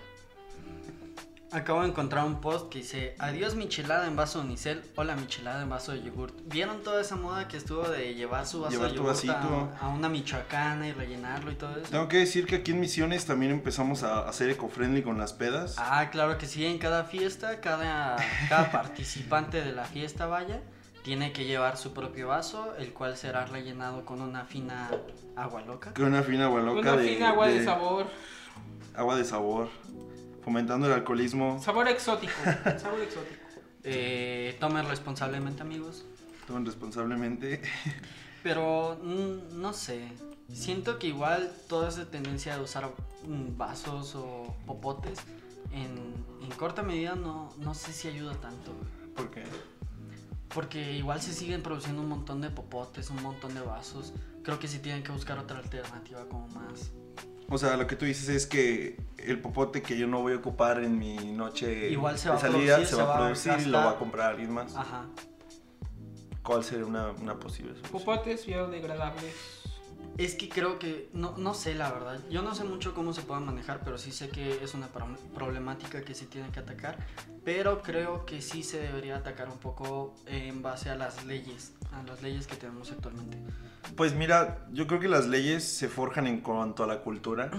B: Acabo de encontrar un post que dice, adiós michelada en vaso de unicel, hola michelada en vaso de yogurt. ¿Vieron toda esa moda que estuvo de llevar su vaso
A: Llevar
B: de
A: tu
B: yogurt a-
A: vasito.
B: a una michoacana y rellenarlo y todo eso?
A: Tengo que decir que aquí en Misiones también empezamos a, a ser eco-friendly con las pedas.
B: Ah, claro que sí, en cada fiesta, cada, cada participante de la fiesta, vaya, tiene que llevar su propio vaso, el cual será rellenado con una fina agua loca.
A: Con una fina agua loca
C: Una
A: de,
C: fina agua de sabor.
A: agua de sabor, fomentando el alcoholismo.
C: Sabor exótico. Sabor exótico.
B: Eh, tomen responsablemente, amigos.
A: Tomen responsablemente.
B: Pero, mm, no sé, siento que igual toda esa tendencia de usar mm, vasos o popotes, en, en corta medida no, no sé si ayuda tanto.
A: Porque
B: Porque igual se siguen produciendo un montón de popotes, un montón de vasos. Creo que sí tienen que buscar otra alternativa como más.
A: O sea, lo que tú dices es que el popote que yo no voy a ocupar en mi noche
B: Igual se
A: de
B: va a
A: salida
B: producir,
A: se va
B: se
A: a
B: va a
A: producir y lo va a
B: gastar. Ah.
A: comprar alguien más.
B: Ajá.
A: ¿Cuál sería una, una posible solución?
C: Popotes biodegradables.
B: Es que creo que, no, no sé la verdad, yo no sé mucho cómo se pueda manejar, pero sí sé que es una pro- problemática que se tiene que atacar, pero creo que sí se debería atacar un poco en base a las leyes, a las leyes que tenemos actualmente.
A: Pues mira, yo creo que las leyes se forjan en cuanto a la cultura.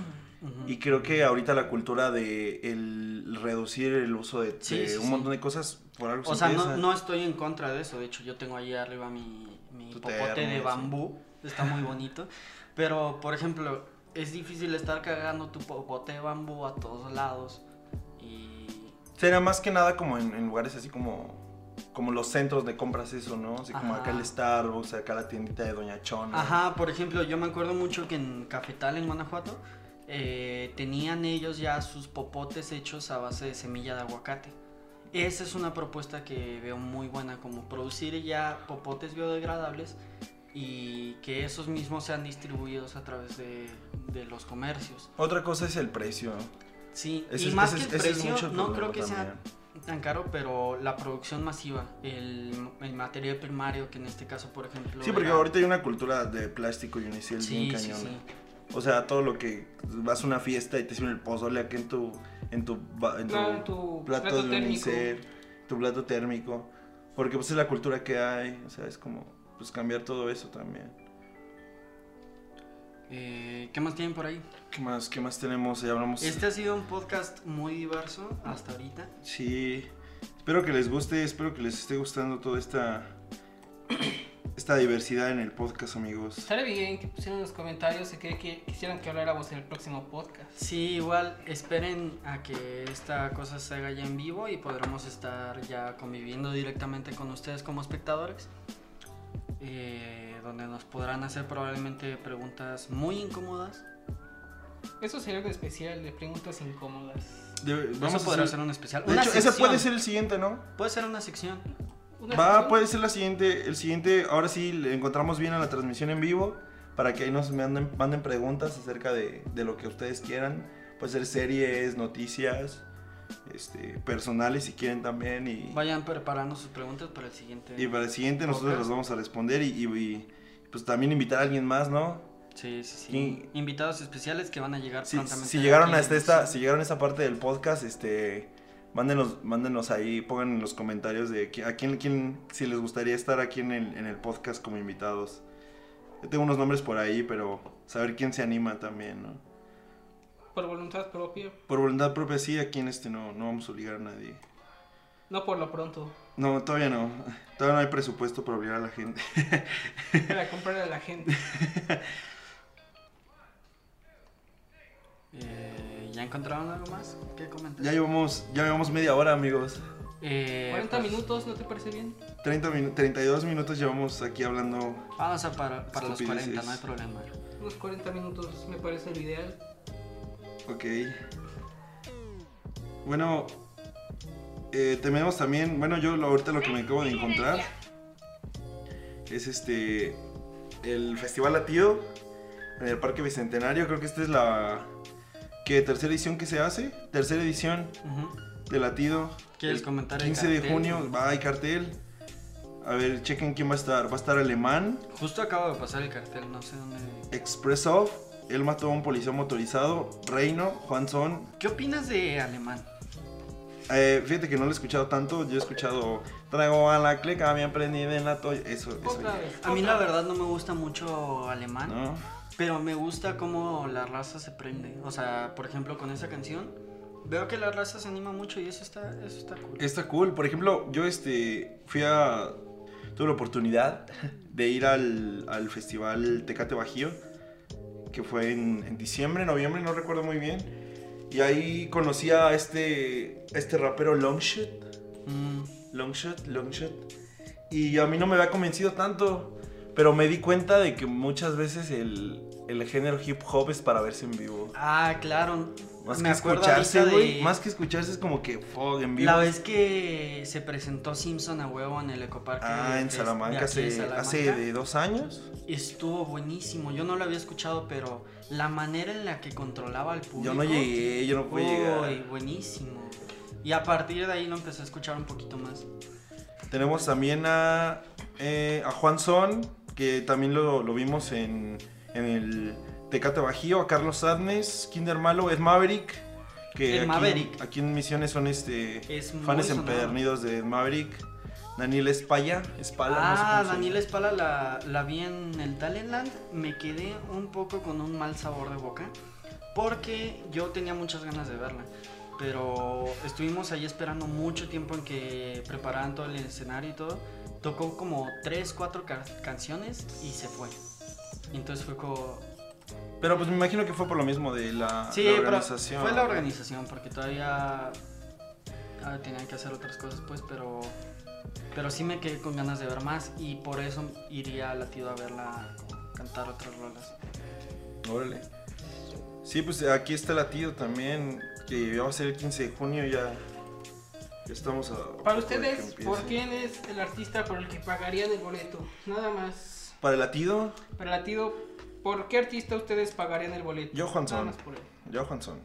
B: Ujú.
A: Y creo que ahorita la cultura de el reducir el uso de,
B: Sí,
A: de
B: sí,
A: un
B: sí.
A: montón de cosas por algo
B: O
A: se
B: sea, no,
A: empieza.
B: no estoy en contra de eso. De hecho, yo tengo ahí arriba mi, mi
A: Tu
B: popote
A: termo, sí.
B: de bambú. Está muy bonito. Pero, por ejemplo, es difícil estar cagando tu popote de bambú a todos lados. Y.
A: Será más que nada como en, en lugares así como como los centros de compras eso, ¿no? Así como acá
B: Ajá.
A: el Starbucks, acá la tiendita de Doña Chona.
B: Ajá, por ejemplo, yo me acuerdo mucho que en Cafetal, en Guanajuato, eh, tenían ellos ya sus popotes hechos a base de semilla de aguacate. Esa es una propuesta que veo muy buena, como producir ya popotes biodegradables y que esos mismos sean distribuidos a través de, de los comercios.
A: Otra cosa es el precio.
B: Sí,
A: Ese
B: y
A: es-
B: más
A: ese
B: que
A: es- ese
B: el
A: es
B: precio,
A: mucho el
B: no
A: problema
B: creo que sea
A: también.
B: tan caro, pero la producción masiva, el, el material primario, que en este caso, por ejemplo...
A: Sí, porque
B: era-
A: ahorita hay una cultura de plástico y unicel bien
B: Sí, sí,
A: cañona.
B: sí.
A: O sea, todo lo que vas a una fiesta y te sirven el pozole aquí en tu en tu ba- en tu,
C: No, en tu
A: plato,
C: plato
A: de
C: térmico.
A: unicel, tu plato térmico, porque pues es la cultura que hay, o sea, es como pues cambiar todo eso también.
B: Eh, ¿Qué más tienen por ahí?
A: ¿Qué más? ¿Qué más tenemos? Ya hablamos
B: Este ha sido un podcast muy diverso hasta ahorita.
A: Sí. Espero que les guste, espero que les esté gustando toda esta esta diversidad en el podcast, amigos.
C: Estaría bien que pusieran en los comentarios de qué que quisieran que habláramos en el próximo podcast.
B: Sí, igual esperen a que esta cosa se haga ya en vivo y podremos estar ya conviviendo directamente con ustedes como espectadores. eh, donde nos podrán hacer probablemente preguntas muy incómodas.
C: Eso sería un especial de preguntas incómodas.
A: De-
B: Eso podrá
A: hacer-
B: ser un especial.
A: De
B: una
A: hecho, ese
B: sección.
A: puede ser el siguiente, ¿no?
B: Puede ser una sección.
A: Va, pues.
C: Una sección-
A: puede ser la siguiente, el siguiente, ahora sí le encontramos bien a la transmisión en vivo para que ahí nos manden, manden preguntas acerca de, de lo que ustedes quieran. Puede ser series, noticias, este, personales si quieren también. Y,
B: Vayan preparando sus preguntas para el siguiente.
A: y para el siguiente nosotros
B: Ok.
A: las vamos a responder y, y- y, pues también invitar a alguien más, ¿no?
B: Sí, sí, sí.
A: Sí.
B: Invitados especiales que van a llegar
A: Si,
B: prontamente.
A: si llegaron
B: aquí.
A: hasta esta, si llegaron a esta parte del podcast, este, mándenos, mándenos ahí, pongan en los comentarios de qui- a quién, quién- si les gustaría estar aquí en el, en el podcast como invitados. Yo tengo unos nombres por ahí, pero saber quién se anima también, ¿no?
C: Por voluntad propia.
A: Por voluntad propia sí, aquí en este no, no vamos a obligar a nadie.
C: No por lo pronto.
A: No, todavía no. Todavía no hay presupuesto para obligar a la gente.
C: Para comprarle a la gente.
B: Eh, ¿Ya encontraron algo más? ¿Qué comentar?
A: Ya llevamos, ya llevamos media hora, amigos.
B: Eh,
C: 40
B: pues,
C: minutos, ¿no te parece bien?
A: 30 minu- 32 minutos llevamos aquí hablando.
B: Vamos a para, para los
A: Estupideces.
B: 40, no hay problema.
C: Unos 40 minutos me parece lo ideal.
A: Ok. Bueno, eh, tenemos también, bueno, yo lo- ahorita lo que me acabo de encontrar es este, el Festival Latido en el Parque Bicentenario. Creo que esta es la, ¿qué? ¿Tercera edición que se hace? Tercera edición
B: Ujú.
A: de Latido.
B: ¿Quieres
A: El
B: comentar el
A: 15 de
B: cartel?
A: junio, va, hay cartel. A ver, chequen quién va a estar. Va a estar Alemán,
B: Justo acabo de pasar el cartel, no sé dónde.
A: Express Off, Él mató a un policía motorizado, Reino, Juan Son,
B: ¿Qué opinas de alemán?
A: Eh, fíjate que no lo he escuchado tanto. Yo he escuchado Traigo a la clica, me aprendí en la toya. Eso, eso.
C: Otra
A: ya,
C: vez.
B: A mí
C: otra
B: la
C: vez.
B: verdad no me gusta mucho alemán,
A: ¿no?
B: pero me gusta cómo la raza se prende. O sea, por ejemplo, con esa canción veo que la raza se anima mucho y eso está eso está cool.
A: Está cool. Por ejemplo, yo este, fui a. Tuve la oportunidad de ir al, al festival Tecate Bajío, que fue en, en diciembre, noviembre, no recuerdo muy bien. Y ahí conocí a este, este rapero Longshot.
B: Mm,
A: Longshot, Longshot. Y a mí no me había convencido tanto, pero me di cuenta de que muchas veces el, el género hip hop es para verse en vivo.
B: Ah, claro.
A: Más
B: me
A: que
B: acuerdo
A: escucharse,
B: ahorita
A: güey.
B: de
A: Más que escucharse es como que, fuck, en vivo.
B: La vez que se presentó Simpson a huevo en el Ecoparque.
A: Ah,
B: de-
A: en
B: de-
A: Salamanca,
B: de aquí de
A: hace,
B: Salamanca,
A: hace de dos años.
B: Estuvo buenísimo. Yo no lo había escuchado, pero la manera en la que controlaba al público.
A: Yo no llegué, yo no pude
B: Uy,
A: llegar.
B: buenísimo. Y a partir de ahí lo empecé a escuchar un poquito más.
A: Tenemos también a, eh, a Juan Son, que también lo, lo vimos en, en el Tecate Bajío, a Carlos Sadnes, Kinder Malo, Ed Maverick, que
B: Ed
A: aquí,
B: Maverick.
A: aquí en Misiones son este
B: Es muy
A: fans
B: sonado.
A: empedernidos de Ed Maverick, Daniel Espalla, Espala, no sé
B: ah,
A: cómo se
B: Daniel
A: llama.
B: Espala la, la vi en el Talentland. Me quedé un poco con un mal sabor de boca. Porque yo tenía muchas ganas de verla. Pero estuvimos ahí esperando mucho tiempo en que prepararan todo el escenario y todo. Tocó como 3, 4 canciones y se fue. Y Entonces fue como...
A: Pero pues me imagino que fue por lo mismo de la,
B: Sí,
A: la
B: pero
A: organización.
B: fue la organización porque todavía ah, tenían que hacer otras cosas, pues, pero pero sí me quedé con ganas de ver más y por eso iría a Latido a verla cantar otras rolas.
A: Órale. Sí, pues aquí está Latido también, que ya va a ser el 15 de junio, ya, ya estamos a...
C: Para
A: a punto de que
C: ustedes, ¿por
A: empiece.
C: quién es el artista por el que pagarían el boleto? Nada más.
A: Para el latido,
C: Para latido, ¿por qué artista ustedes pagarían el boleto?
A: Yo, Juan
C: Nada
A: Son.
C: más por él.
A: Johansson.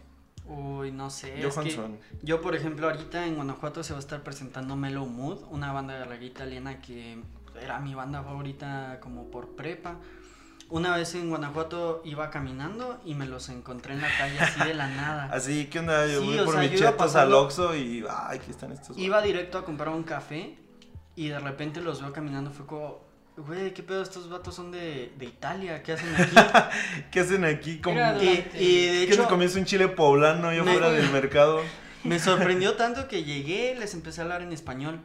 B: Uy, no sé. es que
A: Johansson.
B: yo, por ejemplo, ahorita en Guanajuato se va a estar presentando Mellow Mood, una banda guerrera italiana que era mi banda favorita como por prepa. Una vez en Guanajuato iba caminando y me los encontré en la calle así de la nada.
A: Así que onda, yo
B: Sí,
A: voy
B: o
A: por
B: sea,
A: mis
B: yo iba
A: chetos al
B: pasando-
A: Oxxo y ay, aquí están estos.
B: Iba directo a comprar un café y de repente los veo caminando. Fue como, güey, ¿qué pedo? Estos vatos son de, de Italia, ¿qué hacen aquí?
A: güeyes. ¿Qué hacen aquí? Como,
C: Mira,
B: y, y de
A: ¿Qué se
B: hecho,
A: comienza un chile poblano yo
B: Me-
A: fuera del mercado?
B: me sorprendió tanto que llegué, les empecé a hablar en español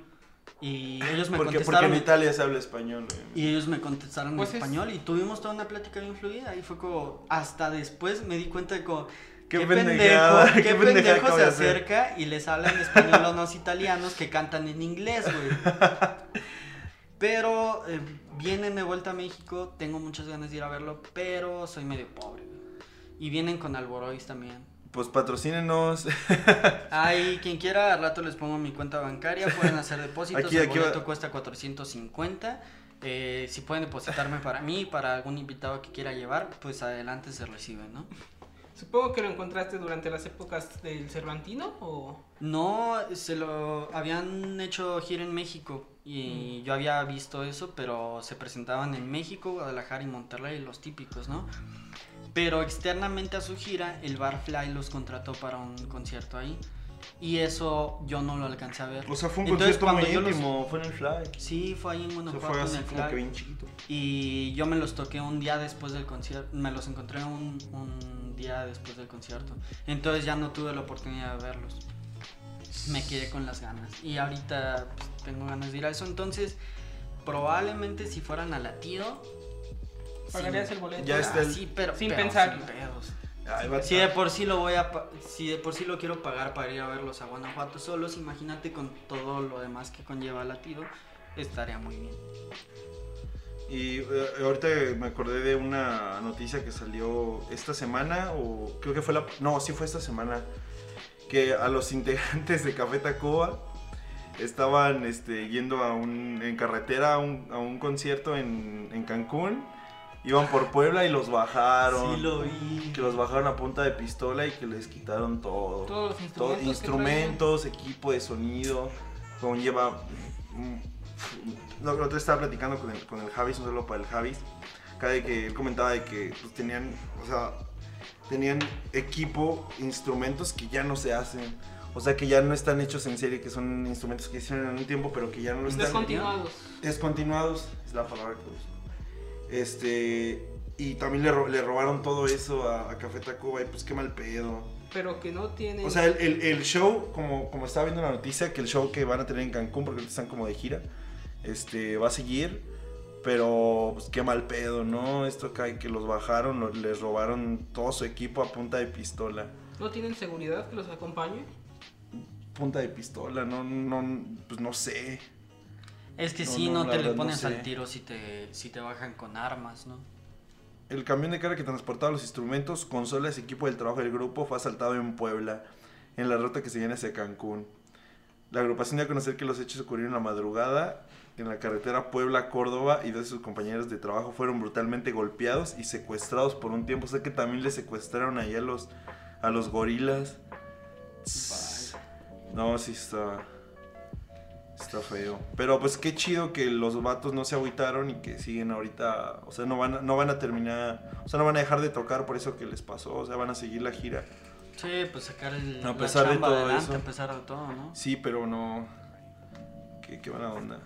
B: y ellos me
A: Porque, porque
B: contestaron.
A: en Italia se habla español. güey.
B: Y ellos me contestaron
C: Pues
B: en
C: es-
B: español y tuvimos toda una plática bien fluida. Y fue como, hasta después me di cuenta de como,
A: Qué pendejada,
B: qué,
A: qué pendejada
B: pendejo
A: acabo
B: se
A: de hacer.
B: acerca y les habla en español a unos italianos que cantan en inglés, güey. Pero eh, vienen de vuelta a México, tengo muchas ganas de ir a verlo, pero soy medio pobre. güey. Y vienen con Alborois también.
A: Pues patrocínenos.
B: Ay, quien quiera, al rato les pongo mi cuenta bancaria, pueden hacer depósitos,
A: Aquí-
B: el
A: aquí va-
B: boleto cuesta 450 Eh, si pueden depositarme para mí, para algún invitado que quiera llevar, pues adelante se recibe, ¿no?
C: Supongo que lo encontraste durante las épocas del Cervantino o...
B: No, se lo habían hecho gira en México y yo había visto eso, pero se presentaban en México, Guadalajara y Monterrey, los típicos, ¿no? Pero externamente a su gira, el Bar Fly los contrató para un concierto ahí y eso yo no lo alcancé a ver.
A: O sea, fue un
B: Entonces,
A: concierto muy
B: cuando yo los-
A: íntimo, fue en el Fly.
B: Sí, fue ahí en
A: Se
B: Guanajuato
A: fue
B: en
A: así
B: el
A: como
B: Flag.
A: que bien chiquito.
B: Y yo me los toqué un día después del concierto. Me los encontré un, un día después del concierto. Entonces ya no tuve la oportunidad de verlos. Me quedé con las ganas. Y ahorita pues, tengo ganas de ir a eso. Entonces, probablemente si fueran a latido.
C: ¿Pagarías
B: sí,
C: el boleto?
A: Ya
B: ah,
A: está el-
B: sí, pero,
C: sin
B: pero
C: pensarlo.
B: sin pedos.
A: Ay, va a
B: Si de
A: estar-
B: por sí lo voy a pa- si de por sí lo quiero pagar para ir a verlos a Guanajuato solos, imagínate con todo lo demás que conlleva latido, estaría muy bien.
A: Y eh, ahorita me acordé de una noticia que salió esta semana, o creo que fue la... No, sí fue esta semana, que a los integrantes de Café Tacuba estaban este, yendo a un, en carretera a un, a un concierto en, en Cancún, iban por Puebla y los bajaron.
B: Sí lo vi.
A: Que los bajaron a punta de pistola y que les quitaron todo.
C: Todos los
A: Todo,
C: instrumentos.
A: instrumentos,
C: que
A: equipo de sonido, conlleva... mm, La otra estaba platicando con el, con el Javis, un saludo para el Javis, acá de que él comentaba de que pues, tenían, o sea, tenían equipo, instrumentos que ya no se hacen. O sea, que ya no están hechos en serie, que son instrumentos que hicieron en un tiempo, pero que ya no lo
C: traen.
A: están.
C: Descontinuados.
A: Descontinuados, es la palabra que uso. Este, y también le, ro- le robaron todo eso a, a Café Tacuba y pues qué mal pedo.
C: Pero que no tienen...
A: O sea, el, el- el show, como, como estaba viendo la noticia, que el show que van a tener en Cancún, porque ahorita están como de gira, este, va a seguir. Pero, pues qué mal pedo, ¿no? Esto cae que los bajaron, lo- les robaron todo su equipo a punta de pistola.
C: no tienen seguridad que los acompañe.
A: Punta de pistola, no, no, pues no sé.
B: Es que
A: No,
B: sí,
A: no,
B: no,
A: la
B: te
A: verdad
B: le
A: no
B: pones
A: sé.
B: al tiro si te, si te bajan con armas, ¿no?
A: El camión de carga que transportaba los instrumentos, consolas y equipo del trabajo del grupo fue asaltado en Puebla, en la ruta que se viene hacia Cancún. La agrupación dio a conocer que los hechos ocurrieron la madrugada en la carretera Puebla-Córdoba y dos de sus compañeros de trabajo fueron brutalmente golpeados y secuestrados por un tiempo. O sea que también le secuestraron ahí a los, a los gorilas. No, sí está. Está feo. Pero pues qué chido que los vatos no se agüitaron y que siguen ahorita. O sea, no van, a- no van a terminar. O sea, no van a dejar de tocar por eso que les pasó. O sea, van a seguir la gira.
B: Sí, pues sacar el,
A: A
B: la
A: pesar de
B: chamba
A: todo
B: adelante
A: eso.
B: a pesar de todo, ¿no?
A: Sí, pero no. Qué, qué mala onda.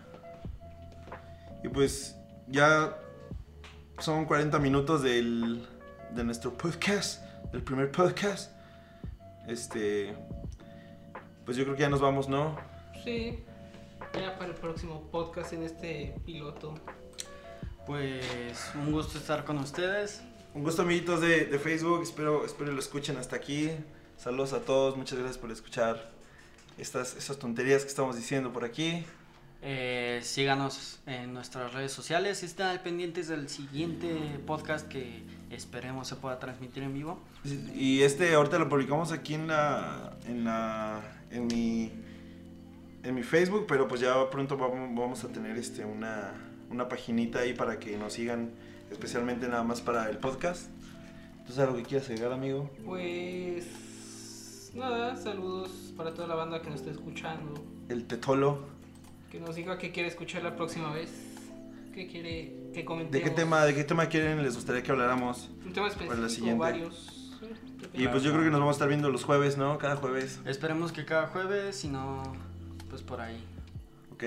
A: Y pues ya son 40 minutos del, de nuestro podcast, del primer podcast. Este. Pues yo creo que ya nos vamos, ¿no?
C: Sí. Ya para el próximo podcast en este piloto.
B: Pues un gusto estar con ustedes.
A: Un gusto, amiguitos de, de Facebook. Espero, espero lo escuchen hasta aquí. Saludos a todos. Muchas gracias por escuchar estas, estas tonterías que estamos diciendo por aquí.
B: Eh, síganos en nuestras redes sociales. Están pendientes del siguiente podcast que esperemos se pueda transmitir en vivo.
A: Y este ahorita lo publicamos aquí en la. en la. en mi. en mi Facebook, pero pues ya pronto vamos, vamos a tener este una, una paginita ahí para que nos sigan, especialmente nada más para el podcast. Entonces algo que quieras agregar, amigo.
C: Pues nada, saludos para toda la banda que nos está escuchando.
A: El tetolo.
C: Que nos diga qué quiere escuchar la próxima vez. ¿Qué quiere que comentemos?
A: ¿De qué tema, de qué tema quieren les gustaría que habláramos?
C: Un tema
A: la
C: específico,
A: siguiente.
C: varios. Sí,
A: Y pues yo creo que nos vamos a estar viendo los jueves, ¿no? Cada jueves.
B: Esperemos que cada jueves, si no, pues por ahí.
A: Ok.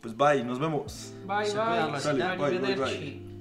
A: Pues bye, nos vemos.
C: Bye,
B: Se cuidan,
C: bye.
A: Rosita. Bye, bye, bye.
C: Arrivederci.